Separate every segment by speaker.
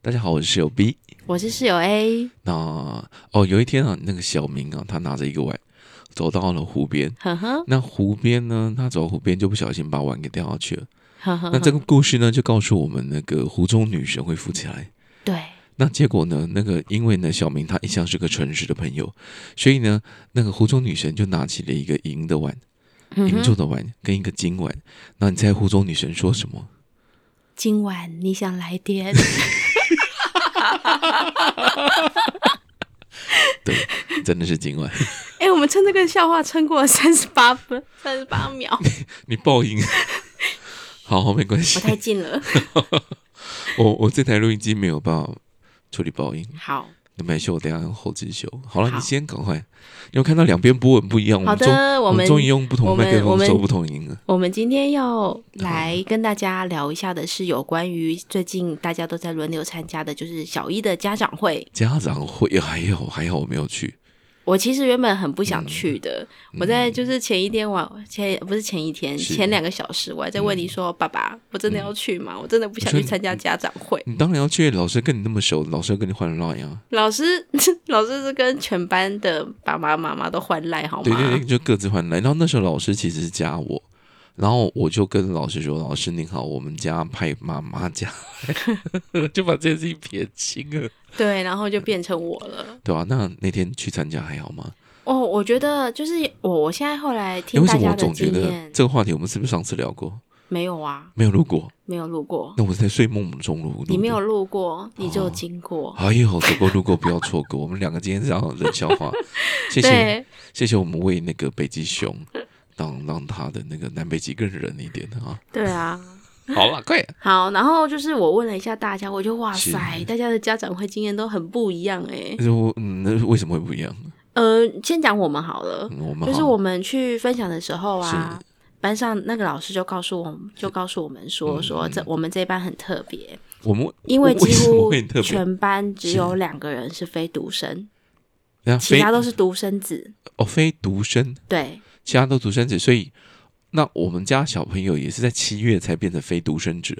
Speaker 1: 大家好，我是室友 B。
Speaker 2: 我是室友 A，
Speaker 1: 那哦，有一天啊，那个小明啊，他拿着一个碗走到了湖边。
Speaker 2: 呵呵
Speaker 1: 那湖边呢，他走到湖边就不小心把碗给掉下去了。
Speaker 2: 呵呵。
Speaker 1: 那这个故事呢，就告诉我们那个湖中女神会浮起来。
Speaker 2: 对，
Speaker 1: 那结果呢？那个因为呢，小明他一向是个诚实的朋友，所以呢，那个湖中女神就拿起了一个银的碗、
Speaker 2: 嗯
Speaker 1: 银
Speaker 2: 哼
Speaker 1: 做的碗跟一个金碗。那你猜湖中女神说什么？
Speaker 2: 今晚你想来点？
Speaker 1: 对，真的是金碗。
Speaker 2: 哎、我们趁这个笑话撑过了三十八分三十八 秒，
Speaker 1: 你报 应。好，没关系
Speaker 2: 我，太近了。
Speaker 1: 我我这台录音机没有办法处理报应，
Speaker 2: 好
Speaker 1: 那没事，我等一下用后置修。好了，
Speaker 2: 好
Speaker 1: 你先赶快，因为看到两边波纹不一样，我
Speaker 2: 好
Speaker 1: 们
Speaker 2: 的
Speaker 1: 终
Speaker 2: 我们
Speaker 1: 终于用不同
Speaker 2: 我们
Speaker 1: 麦克
Speaker 2: 我
Speaker 1: 风
Speaker 2: 们
Speaker 1: 收不同音了。
Speaker 2: 我们今天要来跟大家聊一下的是有关于最近大家都在轮流参加的，就是小一的家长会。
Speaker 1: 家长会还有还好我没有去，
Speaker 2: 我其实原本很不想去的，我在就是前一天晚前不是前一天
Speaker 1: 嗯是嗯
Speaker 2: 前两个小时，我还在问你说、爸爸，我真的要去吗？我真的不想
Speaker 1: 我觉
Speaker 2: 去
Speaker 1: 得
Speaker 2: 参加家长会。
Speaker 1: 你当然要去，老师跟你那么熟，老师要跟你换 line 啊，
Speaker 2: 老师， 老师是跟全班的爸爸妈妈都换赖好吗？
Speaker 1: 对对对，就各自换 line。然后那时候老师其实是加我，然后我就跟老师说：“老师您好，我们家派妈妈家来， 就把这件事情撇清了，
Speaker 2: 对然后就变成我了。
Speaker 1: 对吧、啊那那天去参加还好吗？
Speaker 2: 哦，我觉得就是我，我现在后来
Speaker 1: 因
Speaker 2: 听
Speaker 1: 为
Speaker 2: 大
Speaker 1: 什么
Speaker 2: 家
Speaker 1: 我
Speaker 2: 的
Speaker 1: 总觉
Speaker 2: 经
Speaker 1: 得
Speaker 2: 验，
Speaker 1: 这个话题我们是不是上次聊过？
Speaker 2: 没有啊，
Speaker 1: 没有录过，
Speaker 2: 没有路过，
Speaker 1: 那我是在睡梦中录录的。
Speaker 2: 你没有路过，你只有经过。
Speaker 1: 哎呦，走过路过不要错过。我们两个今天这样冷笑 话，谢谢
Speaker 2: 对，
Speaker 1: 谢谢我们为那个北极熊让让他的那个南北极更冷一点啊。
Speaker 2: 对啊。
Speaker 1: 好了，快
Speaker 2: 好，然后就是我问了一下大家，我就哇
Speaker 1: 是
Speaker 2: 塞，大家的家长会经验都很不一样哎、
Speaker 1: 就嗯，那为什么会不一样？
Speaker 2: 呃，先讲我们好了，
Speaker 1: 嗯我们
Speaker 2: 就是
Speaker 1: 好
Speaker 2: 我们去分享的时候啊，班上那个老师就告诉我们，就告诉我们说，说这我们这班很特别，
Speaker 1: 嗯我们
Speaker 2: 因为
Speaker 1: 为
Speaker 2: 几
Speaker 1: 什么
Speaker 2: 乎
Speaker 1: 会特别？
Speaker 2: 全班只有两个人是非独生，
Speaker 1: 人家
Speaker 2: 其
Speaker 1: 啊非
Speaker 2: 他都是独生子。
Speaker 1: 哦非独生，
Speaker 2: 对，
Speaker 1: 其他都独生子，所以那我们家小朋友也是在七月才变成非独生子。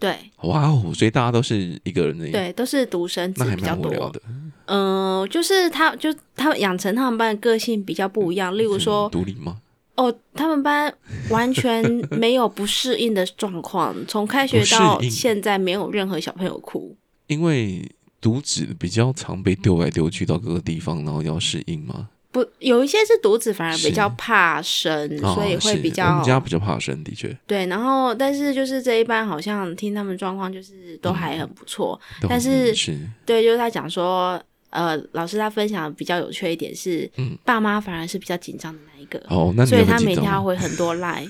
Speaker 2: 对，
Speaker 1: 哇哦，所以大家都是一个人的，，
Speaker 2: 对，都是独生
Speaker 1: 那
Speaker 2: 子
Speaker 1: 还
Speaker 2: 比较
Speaker 1: 蛮无聊
Speaker 2: 多。
Speaker 1: 的。
Speaker 2: 嗯、就是他，就他们养成他们班的个性比较不一样。例如说
Speaker 1: 嗯，独立吗？
Speaker 2: 哦，他们班完全没有不适应的状况，从开学
Speaker 1: 不适
Speaker 2: 到
Speaker 1: 应
Speaker 2: 现在没有任何小朋友哭。
Speaker 1: 因为独子比较常被丢来丢去到各个地方，然后要适应嘛，
Speaker 2: 不，有一些是独子，反而
Speaker 1: 是
Speaker 2: 比较怕生，
Speaker 1: 啊
Speaker 2: 嗯所以会
Speaker 1: 是
Speaker 2: 比
Speaker 1: 我
Speaker 2: 较
Speaker 1: 们家比较怕生，的确。
Speaker 2: 对。然后，但是就是这一班好像听他们状况，就是都还很不错。但
Speaker 1: 嗯
Speaker 2: 是
Speaker 1: 是
Speaker 2: 对，就是他讲说，呃，老师他分享比较有趣一点是，
Speaker 1: 嗯
Speaker 2: 爸妈反而是比较紧张的那一个，
Speaker 1: 哦，那你
Speaker 2: 所以
Speaker 1: 有
Speaker 2: 他每
Speaker 1: 紧
Speaker 2: 天
Speaker 1: 张
Speaker 2: 他
Speaker 1: 吗？
Speaker 2: 会很多赖。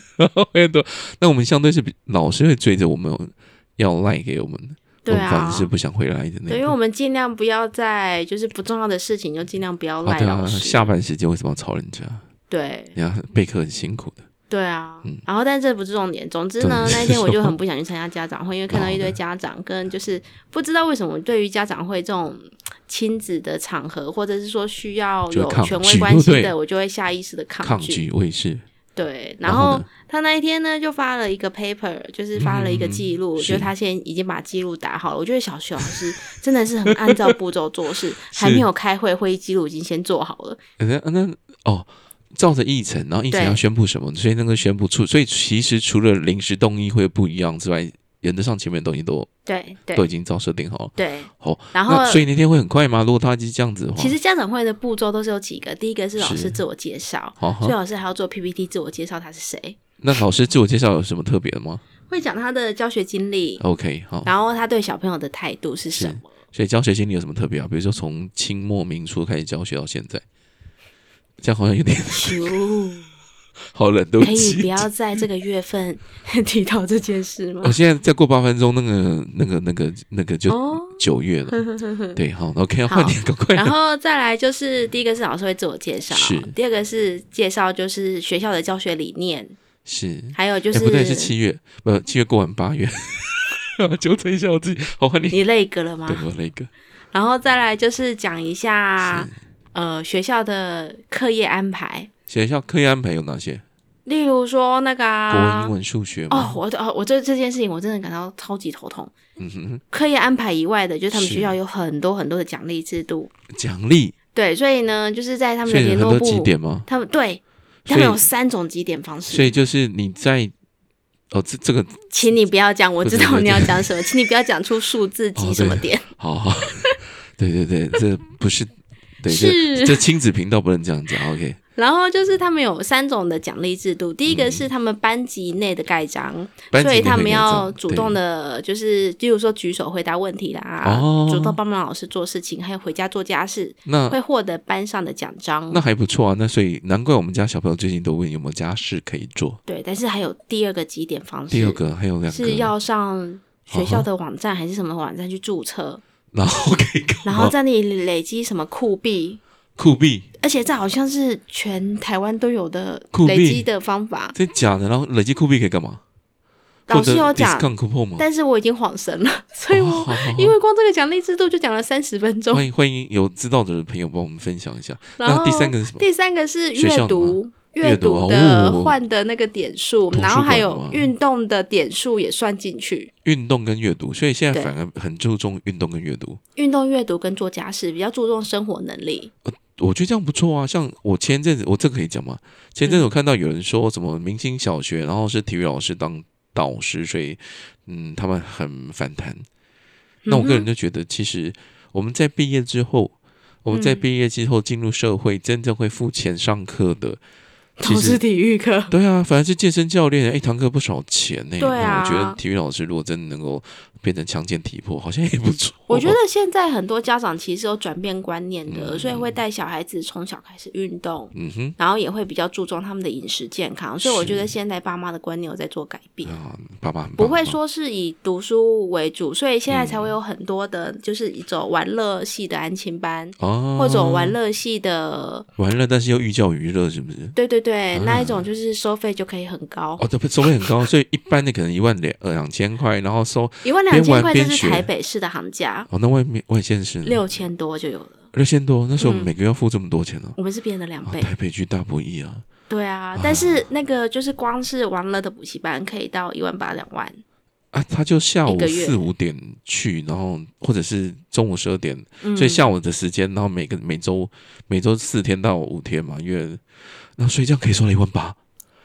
Speaker 1: 会多。那我们相对是比老师会追着我们要赖给我们，
Speaker 2: 对
Speaker 1: 我们反
Speaker 2: 啊
Speaker 1: 正，是不想回来的那
Speaker 2: 对，因为
Speaker 1: 个。
Speaker 2: 我们尽量不要在就是不重要的事情就尽量不要
Speaker 1: 啊，
Speaker 2: 赖
Speaker 1: 对
Speaker 2: 老
Speaker 1: 啊，
Speaker 2: 师。
Speaker 1: 下班时间为什么要吵人家？
Speaker 2: 对
Speaker 1: 人家备课很辛苦的。
Speaker 2: 对啊，
Speaker 1: 嗯
Speaker 2: 然后但这不是重点。总之呢，
Speaker 1: 对
Speaker 2: 那一天我就很不想去参加家长会，因为看到
Speaker 1: 哦
Speaker 2: 一堆家长跟就是不知道为什么对于家长会这种亲子的场合，或者是说需要
Speaker 1: 就
Speaker 2: 有
Speaker 1: 抗拒
Speaker 2: 权威关系
Speaker 1: 对
Speaker 2: 的，我就会下意识的抗
Speaker 1: 抗拒我也是，
Speaker 2: 对，
Speaker 1: 然
Speaker 2: 然
Speaker 1: 后
Speaker 2: 后
Speaker 1: 呢
Speaker 2: 他那一天呢，就发了一个 paper，就是发了一
Speaker 1: 嗯
Speaker 2: 个记录，
Speaker 1: 是
Speaker 2: 就他现在已经把记录打好了。我觉得小学老师真的是很按照步骤做 事，还没有开会，会议记录已经先做好了。
Speaker 1: 呃那那哦，照着议程，然后议程
Speaker 2: 对
Speaker 1: 要宣布什么，所以那个宣布出，所以其实除了临时动议会不一样之外，原则上前面的东西都
Speaker 2: 对
Speaker 1: 都
Speaker 2: 对
Speaker 1: 已经照设定好了。
Speaker 2: 对，
Speaker 1: 好，
Speaker 2: 然后
Speaker 1: 那所以那天会很快吗？如果他是这样子的话，
Speaker 2: 其实家长会的步骤都是有几个，第一个是老
Speaker 1: 是
Speaker 2: 师自我介绍，
Speaker 1: 好
Speaker 2: 所以
Speaker 1: 好，
Speaker 2: 老师还要做 PPT 自我介绍他是谁，
Speaker 1: 那老师自我介绍有什么特别的吗
Speaker 2: 会讲他的教学经历，
Speaker 1: ？OK，好，
Speaker 2: 然后他对小朋友的态度是什么。
Speaker 1: 所以教学经历有什么特别啊？比如说从清末民初开始教学到现在，这样好像有点
Speaker 2: 咻，
Speaker 1: 好冷，对不
Speaker 2: 可以不
Speaker 1: 起。
Speaker 2: 要在这个 月份提到这件事吗
Speaker 1: 我、？哦现在再过八分钟，那个、那个、那个、那个就
Speaker 2: 哦，
Speaker 1: 九 月了。对，好，OK，
Speaker 2: 好
Speaker 1: 换你，赶快。
Speaker 2: 然后再来就是第一个是老师会自我介绍
Speaker 1: 啊是，
Speaker 2: 第二个是介绍就是学校的教学理念，
Speaker 1: 是，
Speaker 2: 还有就
Speaker 1: 哎
Speaker 2: 是、
Speaker 1: 不对，是七月，不，七月过完八月。 纠正一下我自己，好换你。
Speaker 2: 你累个了吗
Speaker 1: 对？，我那个
Speaker 2: 然后再来就是讲一下呃学校的课业安排，
Speaker 1: 学校课业安排有哪些？
Speaker 2: 例如说那个、
Speaker 1: 国文、
Speaker 2: 啊
Speaker 1: 英、文、数学
Speaker 2: 哦
Speaker 1: 嘛，，
Speaker 2: 我哦，我对这件事情我真的感到超级头痛。
Speaker 1: 嗯哼，
Speaker 2: 课业安排以外的，就是他们
Speaker 1: 是
Speaker 2: 学校有很多很多的奖励制度，
Speaker 1: 奖励，
Speaker 2: 对，所以呢，就是在他们
Speaker 1: 所
Speaker 2: 的
Speaker 1: 以
Speaker 2: 联
Speaker 1: 很多
Speaker 2: 络部，
Speaker 1: 几点吗？
Speaker 2: 他们对他
Speaker 1: 所以
Speaker 2: 们有三种几点方式
Speaker 1: 所，以就是你在哦，这这个
Speaker 2: 请你不要讲，我
Speaker 1: 对
Speaker 2: 知
Speaker 1: 对
Speaker 2: 道
Speaker 1: 对
Speaker 2: 你
Speaker 1: 对
Speaker 2: 要讲什么， 请你不要讲出数字
Speaker 1: 哦
Speaker 2: 几什么
Speaker 1: 对
Speaker 2: 点，
Speaker 1: 好好， 对对对，这不是对这
Speaker 2: 是
Speaker 1: 这亲子频道不能这样讲，OK，
Speaker 2: 然后就是他们有三种的奖励制度，第一个
Speaker 1: 嗯
Speaker 2: 是他们班级内的盖章，
Speaker 1: 班级
Speaker 2: 所以他
Speaker 1: 内
Speaker 2: 们
Speaker 1: 可以这
Speaker 2: 要
Speaker 1: 样
Speaker 2: 主动的，就是例如说举手回答问题啦，
Speaker 1: 哦
Speaker 2: 主动帮忙老师做事情，还有回家做家事，
Speaker 1: 对那
Speaker 2: 会获得班上的奖章
Speaker 1: 那。还不错啊，那所以难怪我们家小朋友最近都问有没有家事可以做。
Speaker 2: 对，但是还有第二个几点方式，
Speaker 1: 第二个还有两个嗯
Speaker 2: 是要上学校的网站还是什么网站去注册，
Speaker 1: 然后可以干嘛
Speaker 2: 然后在那里累积什么酷币，
Speaker 1: 酷毙，
Speaker 2: 而且这好像是全台湾都有的
Speaker 1: 酷币
Speaker 2: 累积的方法。
Speaker 1: 真假的？然后累积酷毙可以干嘛？
Speaker 2: 老师有讲，
Speaker 1: discount coupon 吗？
Speaker 2: 但是我已经恍神了，所以
Speaker 1: 哦
Speaker 2: 我
Speaker 1: 好好好
Speaker 2: 因为光这个奖励制度就讲了三十分钟。
Speaker 1: 欢迎欢迎有知道的朋友帮我们分享一下。
Speaker 2: 然
Speaker 1: 那
Speaker 2: 后
Speaker 1: 第三个是什么？
Speaker 2: 第三个是
Speaker 1: 学校的
Speaker 2: 阅读。阅
Speaker 1: 阅读
Speaker 2: 读的
Speaker 1: 哦
Speaker 2: 换的那个点数
Speaker 1: 图，书
Speaker 2: 然后
Speaker 1: 馆
Speaker 2: 还有
Speaker 1: 吗
Speaker 2: 运动的点数也算进去。
Speaker 1: 运动跟阅读，所以现在
Speaker 2: 对
Speaker 1: 反而很注重运动跟阅读。
Speaker 2: 运动、阅读跟做家事比较注重生活能力。
Speaker 1: 我觉得这样不错啊，像我前阵子，我这可以讲吗？前
Speaker 2: 嗯
Speaker 1: 阵子我看到有人说什么明星小学，然后是体育老师当导师，所以嗯，他们很反弹。
Speaker 2: 嗯
Speaker 1: 那我个人就觉得，其实我们在毕业之后，我
Speaker 2: 嗯
Speaker 1: 们在毕业之后进入社会，真正会付钱上课的，其
Speaker 2: 都
Speaker 1: 实
Speaker 2: 是体育课，
Speaker 1: 对啊，反而是健身教练，一哎堂课不少钱呢、
Speaker 2: 对
Speaker 1: 那
Speaker 2: 啊
Speaker 1: 我觉得体育老师如果真的能够变成强健体魄，好像也不错。
Speaker 2: 我觉得现在很多家长其实有转变观念的，所以会带小孩子从小开始运动，
Speaker 1: 嗯哼。
Speaker 2: 然后也会比较注重他们的饮食健康。所以我
Speaker 1: 是
Speaker 2: 觉得现在爸妈的观念有在做改变，
Speaker 1: 啊，爸爸嗯很棒
Speaker 2: 不会说是以读书为主，所以现在才会有很多的，就是一种玩乐系的安亲班，
Speaker 1: 哦，
Speaker 2: 或者玩乐系的，
Speaker 1: 完了，但是又寓教于乐，是不是？
Speaker 2: 对对对，那一种就是收费就可以很高，
Speaker 1: 嗯哦，这收费很高，所以一般的可能一万两呃两千块，然后收
Speaker 2: 一万两
Speaker 1: 边玩
Speaker 2: 千块
Speaker 1: 边
Speaker 2: 这是
Speaker 1: 学
Speaker 2: 台北市的行价，
Speaker 1: 哦，那外面外县市呢
Speaker 2: 六千多就有了，
Speaker 1: 六千多，那时候我们每个月要付这么多钱呢、
Speaker 2: 我们是别人的两
Speaker 1: 啊，
Speaker 2: 倍。
Speaker 1: 台北去大不易啊！
Speaker 2: 对啊，但是那个就是光是玩乐的补习班可以到一万八两万，
Speaker 1: 啊，他就下
Speaker 2: 一
Speaker 1: 午
Speaker 2: 个月
Speaker 1: 四五点去，然后或者是中午十二点，
Speaker 2: 嗯，
Speaker 1: 所以下午的时间，然后每个每周每周四天到五天嘛，因为然后所以这样可以收了一万八，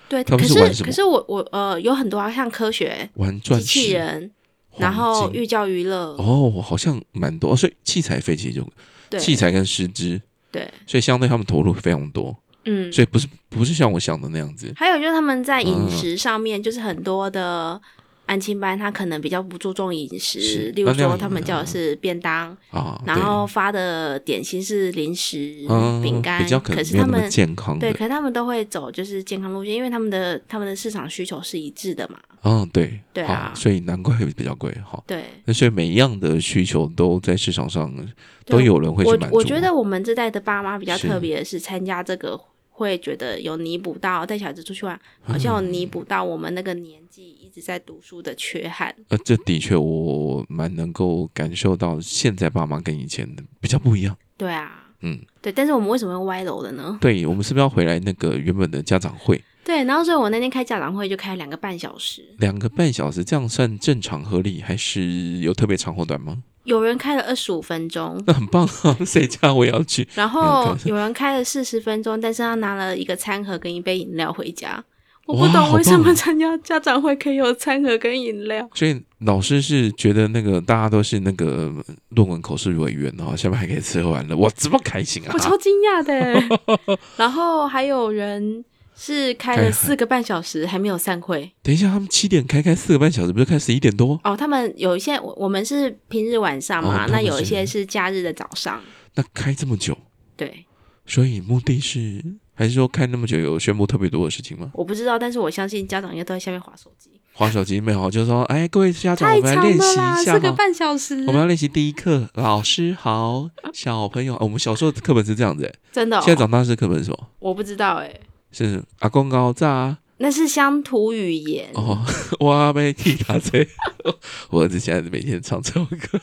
Speaker 2: 对，
Speaker 1: 他
Speaker 2: 可
Speaker 1: 们是玩什
Speaker 2: 是
Speaker 1: 么
Speaker 2: 可是我我呃有很多啊，像科学、
Speaker 1: 玩钻
Speaker 2: 机
Speaker 1: 石、
Speaker 2: 器人，
Speaker 1: 黄
Speaker 2: 然后
Speaker 1: 金
Speaker 2: 寓教于乐，
Speaker 1: 哦，好像蛮多，所以器材费其实就
Speaker 2: 对
Speaker 1: 器材跟师资，
Speaker 2: 对，
Speaker 1: 所以相对他们投入非常多，
Speaker 2: 嗯，
Speaker 1: 所以不是不是像我想的那样子。
Speaker 2: 还有就是他们在饮
Speaker 1: 嗯
Speaker 2: 食上面，就是很多的安亲班，他可能比较不注重饮
Speaker 1: 是
Speaker 2: 食，例如
Speaker 1: 那那样嗯
Speaker 2: 说他们叫的是便当，
Speaker 1: 啊，
Speaker 2: 然
Speaker 1: 对
Speaker 2: 后发的点心是零食、
Speaker 1: 嗯
Speaker 2: 饼干，
Speaker 1: 比较可能
Speaker 2: 是
Speaker 1: 没有
Speaker 2: 他
Speaker 1: 那么
Speaker 2: 们。
Speaker 1: 健康
Speaker 2: 对，
Speaker 1: 的，
Speaker 2: 可是他们都会走就是健康路线，因为他们的他们的市场需求是一致的嘛。
Speaker 1: 嗯，对，
Speaker 2: 对啊
Speaker 1: 好所以难怪会比较贵，好，
Speaker 2: 对，
Speaker 1: 那所以每一样的需求都在市场上
Speaker 2: 对
Speaker 1: 都有人会去
Speaker 2: 我
Speaker 1: 满足，
Speaker 2: 我觉得我们这代的爸妈比较
Speaker 1: 是
Speaker 2: 特别的是参加这个，会觉得有弥补到带小孩子出去玩，好像有
Speaker 1: 嗯
Speaker 2: 弥补到我们那个年纪一直在读书的缺憾。
Speaker 1: 呃，这的确我蛮能够感受到现在爸妈跟以前的比较不一样。
Speaker 2: 对啊，
Speaker 1: 嗯，
Speaker 2: 对。但是我们为什么用歪楼的呢？
Speaker 1: 对我们是不是要回来那个原本的家长会
Speaker 2: 对，然后所以我那天开家长会就开了两个半小时，
Speaker 1: 两个半小时，这样算正常合理，还是有特别长或短吗？ ，
Speaker 2: 有人开了二十五分钟
Speaker 1: 那很棒啊， 谁家我也要去。
Speaker 2: 然后有人开了四十分钟，但是他拿了一个餐盒跟一杯饮料回家。我不
Speaker 1: 哇好
Speaker 2: 懂为什
Speaker 1: 棒
Speaker 2: 么
Speaker 1: 哦
Speaker 2: 参加家长会可以有餐盒跟饮料。
Speaker 1: 所以老师是觉得那个大家都是那个论文口试委员哦，下面还可以吃喝玩乐，哇，这么开心啊
Speaker 2: 我！超惊讶的欸。 然后还有人是开
Speaker 1: 开
Speaker 2: 了
Speaker 1: 很
Speaker 2: 四个半小时还没有散会
Speaker 1: 等一下，他们七点开开四个半小时，不是开十一点多？
Speaker 2: 哦。他们有一些我我们是平日晚上
Speaker 1: 哦他
Speaker 2: 嘛，
Speaker 1: 们
Speaker 2: 那有
Speaker 1: 是
Speaker 2: 一些是假日的早上。
Speaker 1: 那开这么久，
Speaker 2: 对，
Speaker 1: 所以目的是还是说开那么久有宣布特别多的事情吗？
Speaker 2: 我不知道，但是我相信家长应该都在下面划手机，
Speaker 1: 滑手机没有，就是说，哎，各位家长，
Speaker 2: 太
Speaker 1: 我们来
Speaker 2: 长
Speaker 1: 练习
Speaker 2: 了啦，
Speaker 1: 一下
Speaker 2: 四啊个
Speaker 1: 哈。
Speaker 2: 半小时
Speaker 1: 我，们要练习第一课，老师好，小朋友，哦我们小时候的课本是这样子、哎
Speaker 2: 真的哦、
Speaker 1: 现在长大是课本是什么？
Speaker 2: 我不知道哎，
Speaker 1: 是阿公高炸、
Speaker 2: 那是乡土语言。
Speaker 1: 哦， 哇被踢打这，我儿子现在每天唱这首歌，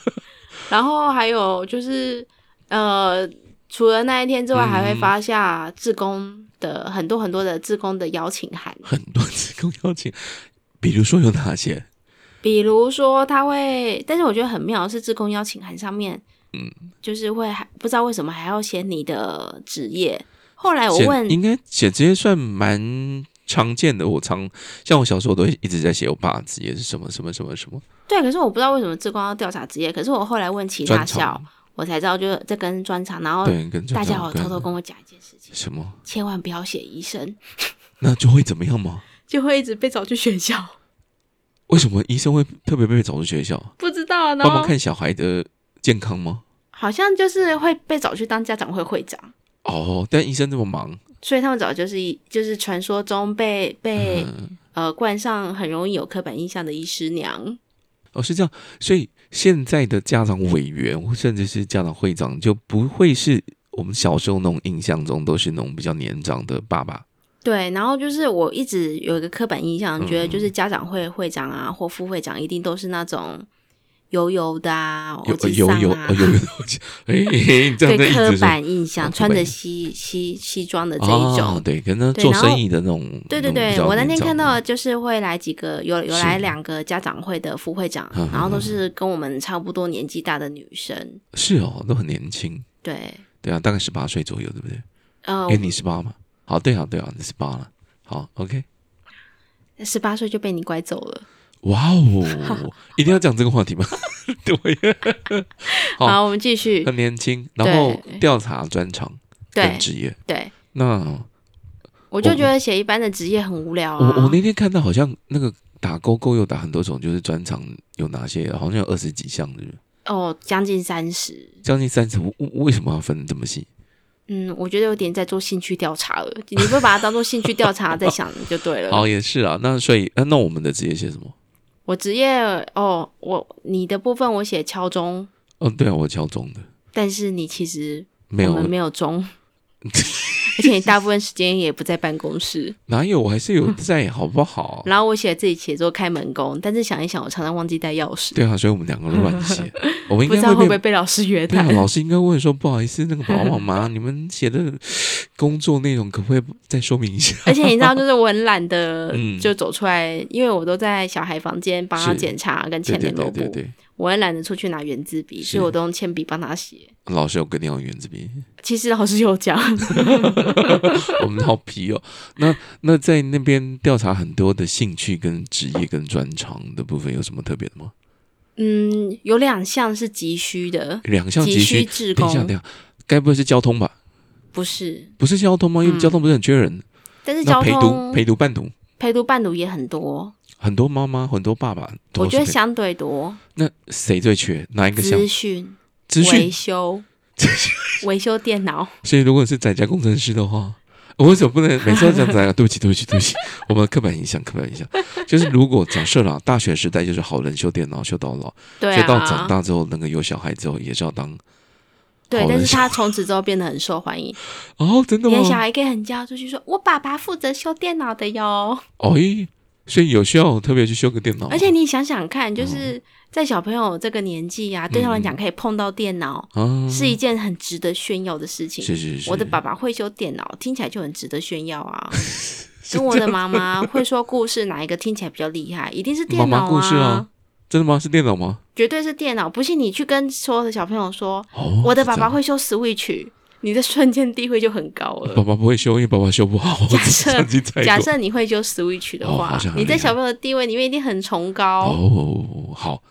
Speaker 2: 然后还有就是呃。除了那一天之外，还会
Speaker 1: 嗯
Speaker 2: 发下志工的很多很多的志工的邀请函，
Speaker 1: 很多职工邀请，比如说有哪些？
Speaker 2: 比如说他会，但是我觉得很妙的是志工邀请函上面，
Speaker 1: 嗯，
Speaker 2: 就是会还不知道为什么还要写你的职业。后哎来我
Speaker 1: 写
Speaker 2: 问，
Speaker 1: 应该写这些算蛮常见的。我常像我小时候都会一直在写我爸职业是什么什么什么什么，
Speaker 2: 对，可是我不知道为什么志工要调查职业，可是我后来问其他
Speaker 1: 专
Speaker 2: 校
Speaker 1: 长，
Speaker 2: 我才知道就是这跟专长，然后
Speaker 1: 对，跟
Speaker 2: 哦大家
Speaker 1: 有
Speaker 2: 有偷偷跟我讲一件事情，
Speaker 1: 什么，
Speaker 2: 千万不要写医生，
Speaker 1: 那就会怎么样吗？
Speaker 2: 就会一直被找去学校，
Speaker 1: 为什么医生会特别被找去学校
Speaker 2: 不知道，然
Speaker 1: 帮忙
Speaker 2: 后
Speaker 1: 看小孩的健康吗？
Speaker 2: 好像就是会被找去当家长会会长。
Speaker 1: 哦，但医生这么忙，
Speaker 2: 所以他们早就是一就是传说中被被、
Speaker 1: 嗯，
Speaker 2: 呃冠上很容易有刻板印象的医师娘，
Speaker 1: 哦是这样，所以现在的家长委员或甚至是家长会长就不会是我们小时候那种印象中都是那种比较年长的爸爸，
Speaker 2: 对，然后就是我一直有一个刻板印象，
Speaker 1: 嗯
Speaker 2: 觉得就是家长会会长啊或副会长一定都是那种油油的啊，
Speaker 1: 有
Speaker 2: 欧吉
Speaker 1: 有
Speaker 2: 桑
Speaker 1: 有
Speaker 2: 啊
Speaker 1: 呃，有有， 哎、你这样
Speaker 2: 对
Speaker 1: 在一
Speaker 2: 刻
Speaker 1: 直说。
Speaker 2: 板印
Speaker 1: 哦
Speaker 2: 象，
Speaker 1: 刻
Speaker 2: 穿
Speaker 1: 板
Speaker 2: 着
Speaker 1: 印
Speaker 2: 西西西装的这一
Speaker 1: 哦
Speaker 2: 种。，
Speaker 1: 对，跟他
Speaker 2: 对
Speaker 1: 做
Speaker 2: 然后
Speaker 1: 生意的那种，
Speaker 2: 对对
Speaker 1: 那种比
Speaker 2: 对，
Speaker 1: 较
Speaker 2: 我那天
Speaker 1: 年长
Speaker 2: 看
Speaker 1: 的
Speaker 2: 到就是会来几个，有有来
Speaker 1: 是
Speaker 2: 两个家长会的副会长
Speaker 1: 嗯，
Speaker 2: 然后都是跟我们差不多年纪大的女生。
Speaker 1: 是哦，都很年轻，
Speaker 2: 对，
Speaker 1: 对啊，大概十八岁左右，对不对？
Speaker 2: 呃
Speaker 1: 因，哎为你十八嘛，好，对啊，对啊，你十八了，好，OK，
Speaker 2: 十八岁就被你拐走了。
Speaker 1: 哇哦， 一定要讲这个话题吗？ 对，好
Speaker 2: 好，我们继续。
Speaker 1: 很年轻，然后
Speaker 2: 对
Speaker 1: 调查专长
Speaker 2: 对
Speaker 1: 跟职业，
Speaker 2: 对，
Speaker 1: 那
Speaker 2: 我就
Speaker 1: 我
Speaker 2: 觉得写一般的职业很无聊
Speaker 1: 我
Speaker 2: 啊。
Speaker 1: 我那天看到好像那个打勾勾有打很多种，就是专长有哪些，好像有二十几项的，
Speaker 2: 哦，将近三十，
Speaker 1: 将近三十，我我为什么要分这么细？
Speaker 2: 嗯，我觉得有点在做兴趣调查了。你不把它当做兴趣调查在想就对了。
Speaker 1: 好，也是啊，那所以，呃那我们的职业写什么？
Speaker 2: 我职业哦，我你的部分我写敲钟，
Speaker 1: 哦，对啊，我敲钟的，
Speaker 2: 但是你其实
Speaker 1: 没
Speaker 2: 我们
Speaker 1: 有，
Speaker 2: 没 有钟，而且你大部分时间也不在办公室。
Speaker 1: 哪有？我还是有 在，好不好？
Speaker 2: 然后我写自己写作开门工，但是想一想，我常常忘记带钥匙，
Speaker 1: 对啊，所以我们两个都乱写， 我们应
Speaker 2: 不知
Speaker 1: 该
Speaker 2: 道会不会
Speaker 1: 被。
Speaker 2: 被老师约
Speaker 1: 对啊，
Speaker 2: 谈。
Speaker 1: 老师应该问说，不好意思，那个宝宝妈 妈，你们写的工作内容可不可以再说明一 下？
Speaker 2: 而且你知道，就是我很懒得
Speaker 1: 嗯
Speaker 2: 就走出来，因为我都在小孩房间帮他
Speaker 1: 是
Speaker 2: 检查跟
Speaker 1: 对
Speaker 2: 签
Speaker 1: 对
Speaker 2: 联络
Speaker 1: 对
Speaker 2: 簿，
Speaker 1: 对对，
Speaker 2: 我很懒得出去拿圆珠笔，
Speaker 1: 是
Speaker 2: 所以我都用铅笔帮他写。
Speaker 1: 老师有跟你要圆子笔，
Speaker 2: 其实老师有讲，
Speaker 1: 我们好皮哦。那那在那边调查很多的兴趣、跟职业、跟专长的部分，有什么特别的吗？
Speaker 2: 嗯，有两项是急需的，
Speaker 1: 两项急
Speaker 2: 需
Speaker 1: 需，
Speaker 2: 志
Speaker 1: 等一下，
Speaker 2: 工
Speaker 1: 等一下，该不会是交通吧？
Speaker 2: 不是，
Speaker 1: 不是交通吗？因为交通不是很缺人，
Speaker 2: 但嗯是
Speaker 1: 那
Speaker 2: 交
Speaker 1: 陪读、
Speaker 2: 通
Speaker 1: 陪读、伴读，
Speaker 2: 陪读伴读也很多，
Speaker 1: 很多妈妈、很多爸爸都
Speaker 2: 我
Speaker 1: 是
Speaker 2: 觉得
Speaker 1: 陪
Speaker 2: 相对多。
Speaker 1: 那谁最缺？哪一个项
Speaker 2: 资讯、
Speaker 1: 资
Speaker 2: 维
Speaker 1: 讯？
Speaker 2: 修、 维修电脑，
Speaker 1: 所以如果是在家工程师的话， 我为什么不能每次都讲宅家？啊 对不起，对不起，对不起，我们的刻板印象，刻板印 象就是如果假设啦，大学时代就是好人修电脑修到老，
Speaker 2: 对
Speaker 1: 修到长
Speaker 2: 啊，
Speaker 1: 大之后，那个有小孩之后也是要当
Speaker 2: 对
Speaker 1: 好，
Speaker 2: 但
Speaker 1: 人
Speaker 2: 是他从此之后变得很受欢迎，
Speaker 1: 哦，真的
Speaker 2: 你
Speaker 1: 吗
Speaker 2: 的？嗯小孩可以很骄傲出去说：“我爸爸负责修电脑的哟。
Speaker 1: 哦，咦，所以有需要特别去修个电脑吗，
Speaker 2: 而且你想想看，
Speaker 1: 嗯
Speaker 2: 就是在小朋友这个年纪啊，对他们来讲，可以碰到电脑、
Speaker 1: 啊，
Speaker 2: 是一件很值得炫耀的事情。
Speaker 1: 是是是，
Speaker 2: 我的爸爸会修电脑，听起来就很值得炫 耀啊。跟我的妈妈会说故事，哪一个听起来比较厉害？一定是电
Speaker 1: 妈
Speaker 2: 脑
Speaker 1: 妈故事啊真的吗？是电脑吗？
Speaker 2: 绝对是电脑。不信你去跟所有的小朋友说，
Speaker 1: 哦，
Speaker 2: 我的
Speaker 1: 是这
Speaker 2: 爸爸
Speaker 1: 样
Speaker 2: 会修 Switch，你的瞬间地位就很高了。
Speaker 1: 爸爸不会修，因为爸爸修不好。
Speaker 2: 假 设
Speaker 1: 相机太弱
Speaker 2: 假设你会修 Switch 的
Speaker 1: 哎哦
Speaker 2: 话，
Speaker 1: 好像很
Speaker 2: 你在
Speaker 1: 厉害
Speaker 2: 小朋友的地位里面一定很崇高。
Speaker 1: 哦，好，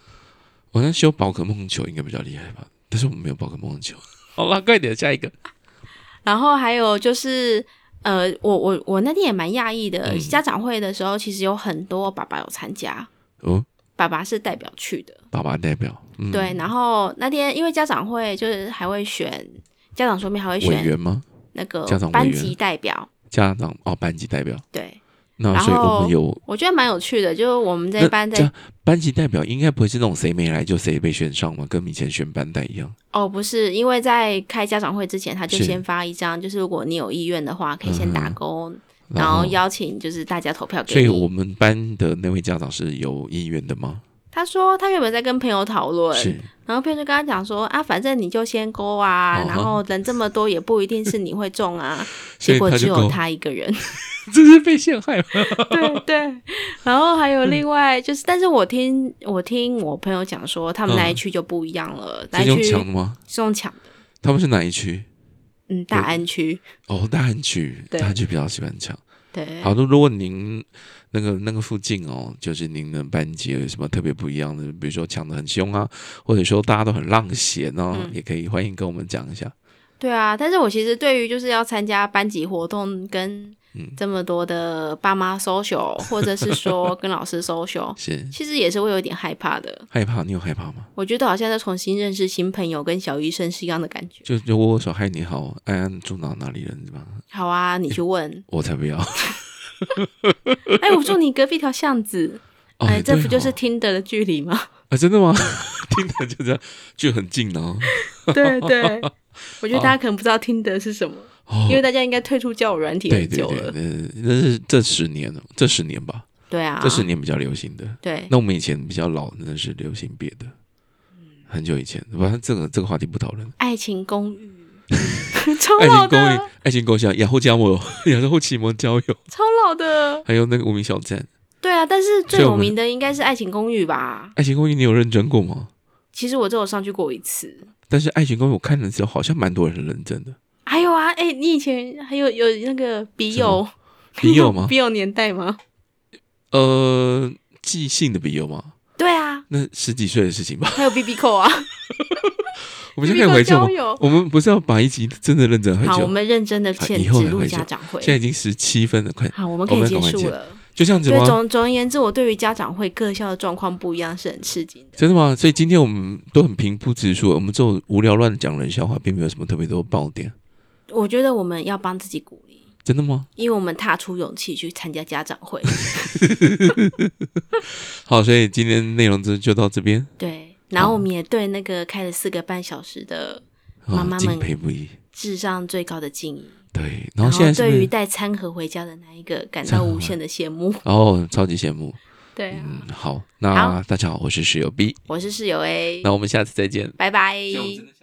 Speaker 1: 我那修宝可梦球应该比较厉害吧？但是我们没有宝可梦球。 好啦，快点，下一个。
Speaker 2: 然后还有就是，呃，我我我那天也蛮讶异的，
Speaker 1: 嗯
Speaker 2: 家长会的时候其实有很多爸爸有参加，
Speaker 1: 哦，
Speaker 2: 爸爸是代表去的。
Speaker 1: 爸爸代表，嗯，
Speaker 2: 对，然后那天因为家长会就是还会选家长说明还会
Speaker 1: 委
Speaker 2: 选
Speaker 1: 员吗？
Speaker 2: 那个
Speaker 1: 家长委
Speaker 2: 班
Speaker 1: 员
Speaker 2: 级代表，
Speaker 1: 家长哦，班级代表。
Speaker 2: 对
Speaker 1: 那
Speaker 2: 然
Speaker 1: 所以我
Speaker 2: 后
Speaker 1: 们有
Speaker 2: 我觉得蛮有趣的，就是我们这一
Speaker 1: 那
Speaker 2: 班
Speaker 1: 这
Speaker 2: 在
Speaker 1: 样班级代表，应该不会是那种谁没来就谁被选上嘛，跟以前选班代一样。
Speaker 2: 哦，不是，因为在开家长会之前，他就是先发一张，就是如果你有意愿的话，可以先打
Speaker 1: 嗯哼
Speaker 2: 勾，
Speaker 1: 然
Speaker 2: 然后
Speaker 1: 后
Speaker 2: 邀请就是大家投票给
Speaker 1: 所
Speaker 2: 你。
Speaker 1: 以我们班的那位家长是有意愿的吗？
Speaker 2: 他说他原本在跟朋友讨论，
Speaker 1: 是
Speaker 2: 然后朋友就跟他讲说啊，反正你就先勾啊，
Speaker 1: 哦哈
Speaker 2: 然后人这么多也不一定是你会 中啊，
Speaker 1: 所
Speaker 2: 结
Speaker 1: 以
Speaker 2: 果
Speaker 1: 他
Speaker 2: 只
Speaker 1: 就
Speaker 2: 有
Speaker 1: 勾，
Speaker 2: 他一个人，
Speaker 1: 这是被陷害吗？
Speaker 2: 对对。然后还
Speaker 1: 嗯
Speaker 2: 有另外就是，但是我听我听我朋友讲说，他们那一
Speaker 1: 嗯
Speaker 2: 区就不一样了，那
Speaker 1: 是
Speaker 2: 一
Speaker 1: 用
Speaker 2: 区
Speaker 1: 抢的吗？
Speaker 2: 是用抢的，
Speaker 1: 他们是哪一区？
Speaker 2: 嗯，大
Speaker 1: 对
Speaker 2: 安区，
Speaker 1: 哦，大安区，
Speaker 2: 对
Speaker 1: 大安区比较喜欢抢。
Speaker 2: 对，
Speaker 1: 好的，如果您那个那个附近哦，就是您的班级有什么特别不一样的，比如说抢的很凶啊，或者说大家都很浪闲哦，
Speaker 2: 嗯
Speaker 1: 也可以欢迎跟我们讲一下。
Speaker 2: 对啊，但是我其实对于就是要参加班级活动，跟
Speaker 1: 嗯
Speaker 2: 这么多的爸妈 social，、或者是说跟老师 social，
Speaker 1: 是
Speaker 2: 其实也是会有一点害怕的。
Speaker 1: 害怕？你有害怕吗？
Speaker 2: 我觉得好像在重新认识新朋友，跟小医生是一样的感觉。
Speaker 1: 就就握握手，嗨，你好，安安住哪哪里人是吧？。
Speaker 2: 好啊，你去问
Speaker 1: 我才不要。
Speaker 2: 哎，我住你隔壁条巷子。
Speaker 1: 哦，
Speaker 2: 哎，这
Speaker 1: 对
Speaker 2: 不就是
Speaker 1: 哦
Speaker 2: 听的的距 离吗？
Speaker 1: 啊？真的吗？听着就这样，就很近哦。
Speaker 2: 对 对，我觉得大家可能不知道听的是什么，
Speaker 1: 哦
Speaker 2: 因，为大家应该退出交友软体
Speaker 1: 对
Speaker 2: 很
Speaker 1: 对
Speaker 2: 久
Speaker 1: 对，
Speaker 2: 了。
Speaker 1: 那那是这十年，这十年吧，
Speaker 2: 对啊，
Speaker 1: 这十年比较流行的。
Speaker 2: 对
Speaker 1: 那我们以前比较老的那是流行别的，
Speaker 2: 嗯
Speaker 1: 很久以前，反正这个这个话题不讨论。
Speaker 2: 爱情公寓， 超
Speaker 1: 爱
Speaker 2: 老
Speaker 1: 情公寓
Speaker 2: 的，，
Speaker 1: 爱情公寓，啊雅虎加盟， 雅虎启蒙交友，
Speaker 2: 超老的。
Speaker 1: 还有那个无名小站。
Speaker 2: 对啊，但是
Speaker 1: 所
Speaker 2: 最
Speaker 1: 以我
Speaker 2: 有
Speaker 1: 们
Speaker 2: 名的应该是《爱情公寓》吧？
Speaker 1: 爱情公寓你有认真过吗？
Speaker 2: 其实我只有上去过一次。
Speaker 1: 但是爱情公寓我看的时候好像蛮多人认真的，
Speaker 2: 还有啊，哎、你以前还有有那个笔友，
Speaker 1: 笔友吗
Speaker 2: 笔友年代吗？
Speaker 1: 呃，即兴的笔友吗？
Speaker 2: 对啊，
Speaker 1: 那十几岁的事情吧。
Speaker 2: 还有 B B 扣啊，
Speaker 1: 我们
Speaker 2: B
Speaker 1: 现在
Speaker 2: B
Speaker 1: 可以回
Speaker 2: 扣
Speaker 1: 去吗
Speaker 2: 交？友。
Speaker 1: 我们不是要把一集真的认真很
Speaker 2: 好，我
Speaker 1: 久？
Speaker 2: 们认真的限
Speaker 1: 以后
Speaker 2: 制
Speaker 1: 还
Speaker 2: 录
Speaker 1: 会
Speaker 2: 家
Speaker 1: 讲
Speaker 2: 长会。
Speaker 1: 现在已经十七分了，快
Speaker 2: 好，我们可
Speaker 1: 我
Speaker 2: 以
Speaker 1: 们
Speaker 2: 结
Speaker 1: 赶快
Speaker 2: 束
Speaker 1: 见
Speaker 2: 了。
Speaker 1: 就这样子
Speaker 2: 对，
Speaker 1: 啊吗？
Speaker 2: 总总而言之，我对于家长会各校的状况不一样是很吃惊的。
Speaker 1: 真的吗？所以今天我们都很平铺直述，我们就无聊乱讲人笑话，并没有什么特别多的爆点。
Speaker 2: 我觉得我们要帮自己鼓励，
Speaker 1: 真的吗？
Speaker 2: 因为我们踏出勇气去参加家长会。
Speaker 1: 好，所以今天内容就就到这边，
Speaker 2: 对，然后我们也对那个开了四个半小时的妈
Speaker 1: 啊
Speaker 2: 妈，们
Speaker 1: 敬佩不已。
Speaker 2: 智商最高的敬意。
Speaker 1: 对，然
Speaker 2: 然
Speaker 1: 后现在是不
Speaker 2: 对于
Speaker 1: 是？
Speaker 2: 带餐盒回家的那一个感
Speaker 1: 餐
Speaker 2: 到
Speaker 1: 盒
Speaker 2: 无限的羡慕。
Speaker 1: 哦，超级羡慕。
Speaker 2: 对啊，
Speaker 1: 嗯，好，那大家好，我是室友 B，
Speaker 2: 我是室友 A，
Speaker 1: 那我们下次再见。
Speaker 2: 拜拜。
Speaker 1: 这样我真的下